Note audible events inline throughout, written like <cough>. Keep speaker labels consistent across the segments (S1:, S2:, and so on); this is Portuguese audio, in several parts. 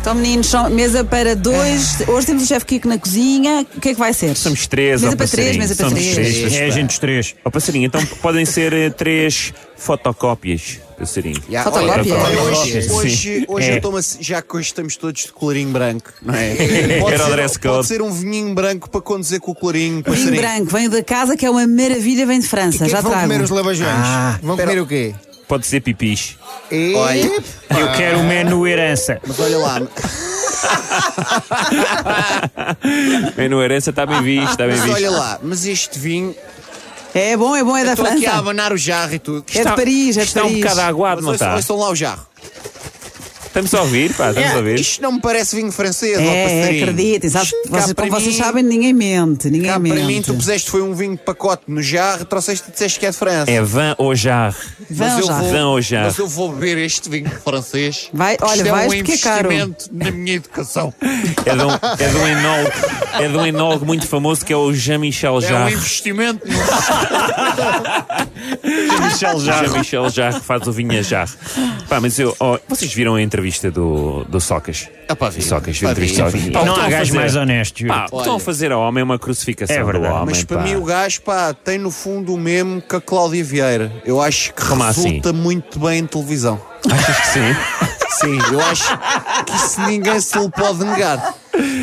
S1: Então, meninos, só mesa para dois.
S2: É.
S1: Hoje temos o chefe Kiko na cozinha. O que é que vai ser?
S3: Somos três,
S1: Mesa
S3: ó,
S1: para três,
S3: passarinho.
S1: mesa para
S3: Somos
S1: três.
S3: três.
S4: É, a gente os três.
S3: Ó, passarinho, então podem ser eh, três fotocópias, passarinho. <laughs>
S2: Yeah,
S1: Fotocópia?
S2: olha,
S3: Sim.
S2: Hoje, hoje, hoje
S3: É.
S2: eu tomo assim, já que hoje estamos todos de
S3: <laughs>
S2: colorinho branco, não é?
S3: Era o
S2: ser,
S3: dress code.
S2: pode ser um vinhinho branco para conduzir com o
S1: Vinho
S2: colorinho. passarinho.
S1: Um branco, vem da casa que é uma maravilha, vem de França. Já
S5: vão
S1: trago.
S5: comer os labajões?
S2: Ah,
S5: vão
S2: espera.
S5: comer o quê?
S3: Pode ser pipis. Ah.
S5: E...
S2: Olha.
S4: Eu quero o menu herança.
S2: Mas olha lá,
S3: <laughs> Menu herança está bem visto, está bem
S2: mas olha
S3: visto.
S2: lá, mas este vinho,
S1: É bom, é bom, é da
S2: estou aqui a
S1: França.
S2: abanar o jarro e tudo.
S1: É de Paris, é de
S3: Está um
S1: Paris.
S3: bocado aguado,
S2: Mas
S3: não
S2: ouçam-
S3: está?
S2: ouçam lá o jarro.
S3: Estamos a ouvir, pá, estamos a
S2: É,
S3: ouvir.
S2: isto não me parece vinho francês, ó
S1: É,
S2: passarinho.
S1: acreditem. sabes,
S2: Cá
S1: vocês,
S2: para
S1: como vocês
S2: mim-
S1: sabem, ninguém mente. Ninguém
S2: Cá
S1: mente.
S2: para mim, tu puseste foi um vinho de pacote no jarro, trouxeste e disseste que é de França.
S3: É van ou jar.
S1: Vão
S2: mas eu
S1: já.
S2: vou-
S3: Vão ao jarro.
S2: Mas eu vou beber este vinho francês.
S1: Vai-
S2: porque
S1: olha,
S2: isto
S1: vais
S2: é um
S1: porque é caro.
S2: investimento na minha educação.
S3: É de um, é de um enólogo. É de um enólogo muito famoso que é o Jean-Michel
S2: É um
S3: Jarre.
S2: investimento no
S3: Jean-Michel Jarre. Jean-Michel Jarre que faz o vinho a jarre. Pá, mas eu, ó, vocês viram a entrevista do, do Socas?
S2: Ah, pá, vi.
S3: Do Socas, viu a
S2: Pá, vi,
S3: entrevista. ao-
S2: vi.
S3: Pá, o que
S4: Não
S3: estão
S4: há
S3: a
S4: gajo
S3: fazer-
S4: mais honesto.
S3: Pá, o que estão a
S2: Olha.
S3: fazer ao homem é uma crucificação
S4: É
S3: do
S4: verdade,
S3: homem.
S2: Mas para
S3: pá.
S2: mim o gajo pá, tem no fundo o mesmo que a Cláudia Vieira. Eu acho que
S3: Como assim?
S2: resulta muito bem em televisão.
S3: Achas que sim?
S2: Sim, eu acho que isso ninguém se lhe pode negar.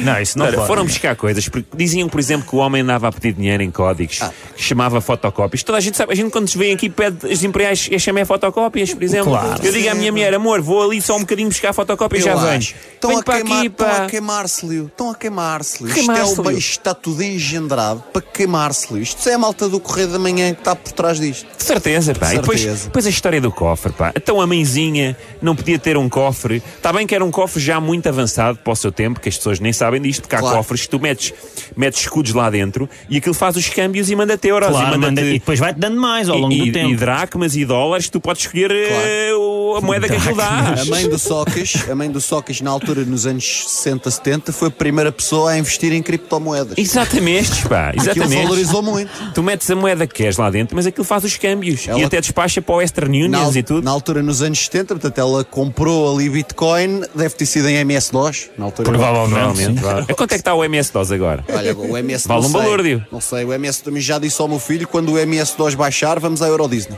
S4: Não, isso não
S3: Ora,
S4: pode.
S3: foram buscar coisas. porque Diziam, por exemplo, que o homem andava a pedir dinheiro em códigos,
S2: Ah.
S3: que chamava fotocópias. Toda a gente sabe, a gente quando se vem aqui pede as imperiais, eu chamei fotocópias, por exemplo.
S4: Claro.
S3: Eu digo à minha mulher, amor, vou ali só um bocadinho buscar fotocópias, já
S2: eu
S3: venho.
S2: acho. Estão
S3: Venho
S2: a,
S3: para
S2: queimar,
S3: aqui,
S2: estão
S3: pá.
S2: a queimar-se, Lio. Estão a queimar-se, Lio.
S3: Queimar-se,
S2: isto é uma,
S3: Lio.
S2: isto está tudo engendrado para queimar-se, Lio. Isto é a malta do Correio da Manhã que está por trás disto.
S3: De certeza, pá. E depois,
S2: certeza.
S3: depois a história do cofre, pá. Então a mãezinha não podia ter um cofre. Está bem que era um cofre já muito avançado para o seu tempo, que as pessoas nem sabem disto, porque há
S2: Claro.
S3: cofres que tu metes, metes escudos lá dentro e aquilo faz os câmbios e manda-te euros
S4: Claro,
S3: e
S4: manda-
S3: manda-te
S4: e depois vai-te dando mais ao longo
S3: e,
S4: do tempo.
S3: e dracmas e dólares, tu podes escolher eh, o- a moeda que aquilo dá.
S2: A mãe do Socas, a mãe do Socas na altura, nos anos 60, 70, foi a primeira pessoa a investir em criptomoedas.
S3: Exatamente, pá,
S2: Aquilo
S3: exatamente.
S2: valorizou muito.
S3: Tu metes a moeda que queres lá dentro, mas aquilo faz os câmbios e
S2: Ela-
S3: até despacha para o Western
S2: Na,
S3: Unions
S2: al-
S3: e tudo.
S2: na altura, nos anos 70, portanto, ela comprou ali Bitcoin, deve ter sido em MS-DOS, na altura.
S4: Provavelmente.
S3: Vá. A quanto é que está o MS-DOS
S5: <laughs>
S3: agora?
S2: Olha, o MS
S3: <laughs> Vale
S2: não
S3: um
S2: sei.
S3: valor, Dio.
S2: Não sei, o MS também já disse ao meu filho, quando o MS-DOS baixar, vamos à Euro Disney.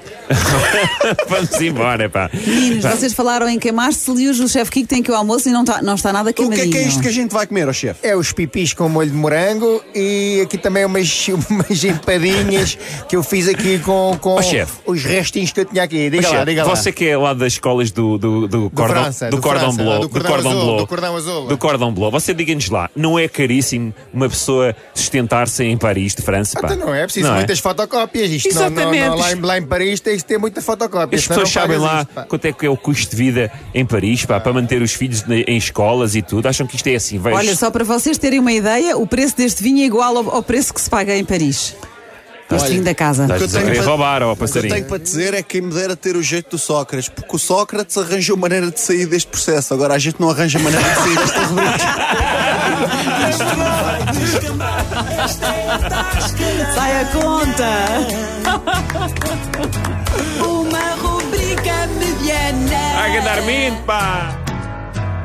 S3: Vamos embora, pá.
S1: Meninos, vocês falaram em queimar-se, Lios, o chefe Kiko tem que o almoço e não, tá- não está nada
S2: O que
S1: queimadinho.
S2: é que é isto que a gente vai comer, ó chefe?
S5: É os pipis com molho de morango e aqui também umas, <laughs> umas empadinhas que eu fiz aqui com, com
S3: Ó, chefe.
S5: os restinhos que eu tinha aqui. Diga
S3: Mas,
S5: lá,
S3: chefe,
S5: diga lá.
S3: você que é lá das escolas do, do, do, cordão,
S5: França,
S3: do
S5: do
S3: cordão
S5: França,
S3: bleu,
S5: ah, do cordão azul,
S3: bleu,
S5: do cordão azul.
S3: do cordão bleu, você diga-nos lá, não é caríssimo uma pessoa sustentar-se em Paris, de França, pá?
S5: Então não é preciso
S3: Não
S5: muitas fotocópias. Isto não- não- não-
S3: Exatamente.
S5: lá, em, lá em Paris tem que ter muita fotocópia.
S3: As
S5: senão
S3: pessoas
S5: Então
S3: sabem
S5: não pagas
S3: lá
S5: isto, pá.
S3: quanto é que é o custo de vida em Paris, pá, para manter os filhos ne- em escolas e tudo. Acham que isto é assim? Vejo.
S1: Olha, só para vocês terem uma ideia, o preço deste vinho é igual ao, ao preço que se paga em Paris. Este vinho da casa.
S2: tá
S3: Estás a querer
S2: para-
S3: roubar, ó,
S2: o que eu
S3: passarinho.
S2: tenho para dizer é que quem me dera ter o jeito do Sócrates, porque o Sócrates arranjou maneira de sair deste processo. Agora a gente não arranja maneira de sair desta rubrica.
S6: Isto vai descambar, esta é a tasca da
S1: Sai a conta! Uma rubrica mediana.
S3: Ah, Gandarmin, pá!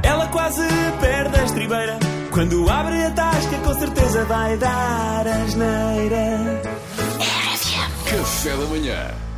S6: Ela quase perde a estribeira. Quando abre a tasca, com certeza vai dar asneira.
S7: Café da manhã.